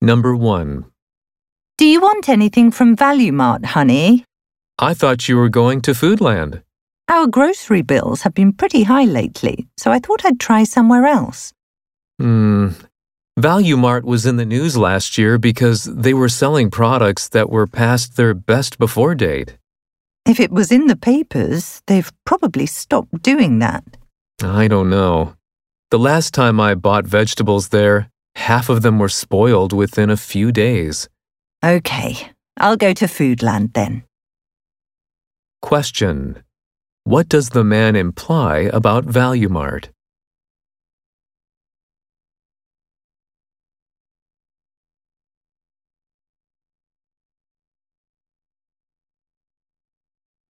Number 1. Do you want anything from Value Mart, honey? I thought you were going to Foodland. Our grocery bills have been pretty high lately, so I thought I'd try somewhere else. Hmm. Value Mart was in the news last year because they were selling products that were past their best before date. If it was in the papers, they've probably stopped doing that. I don't know. The last time I bought vegetables there, half of them were spoiled within a few days. Okay, I'll go to Foodland then. Question What does the man imply about Value Mart?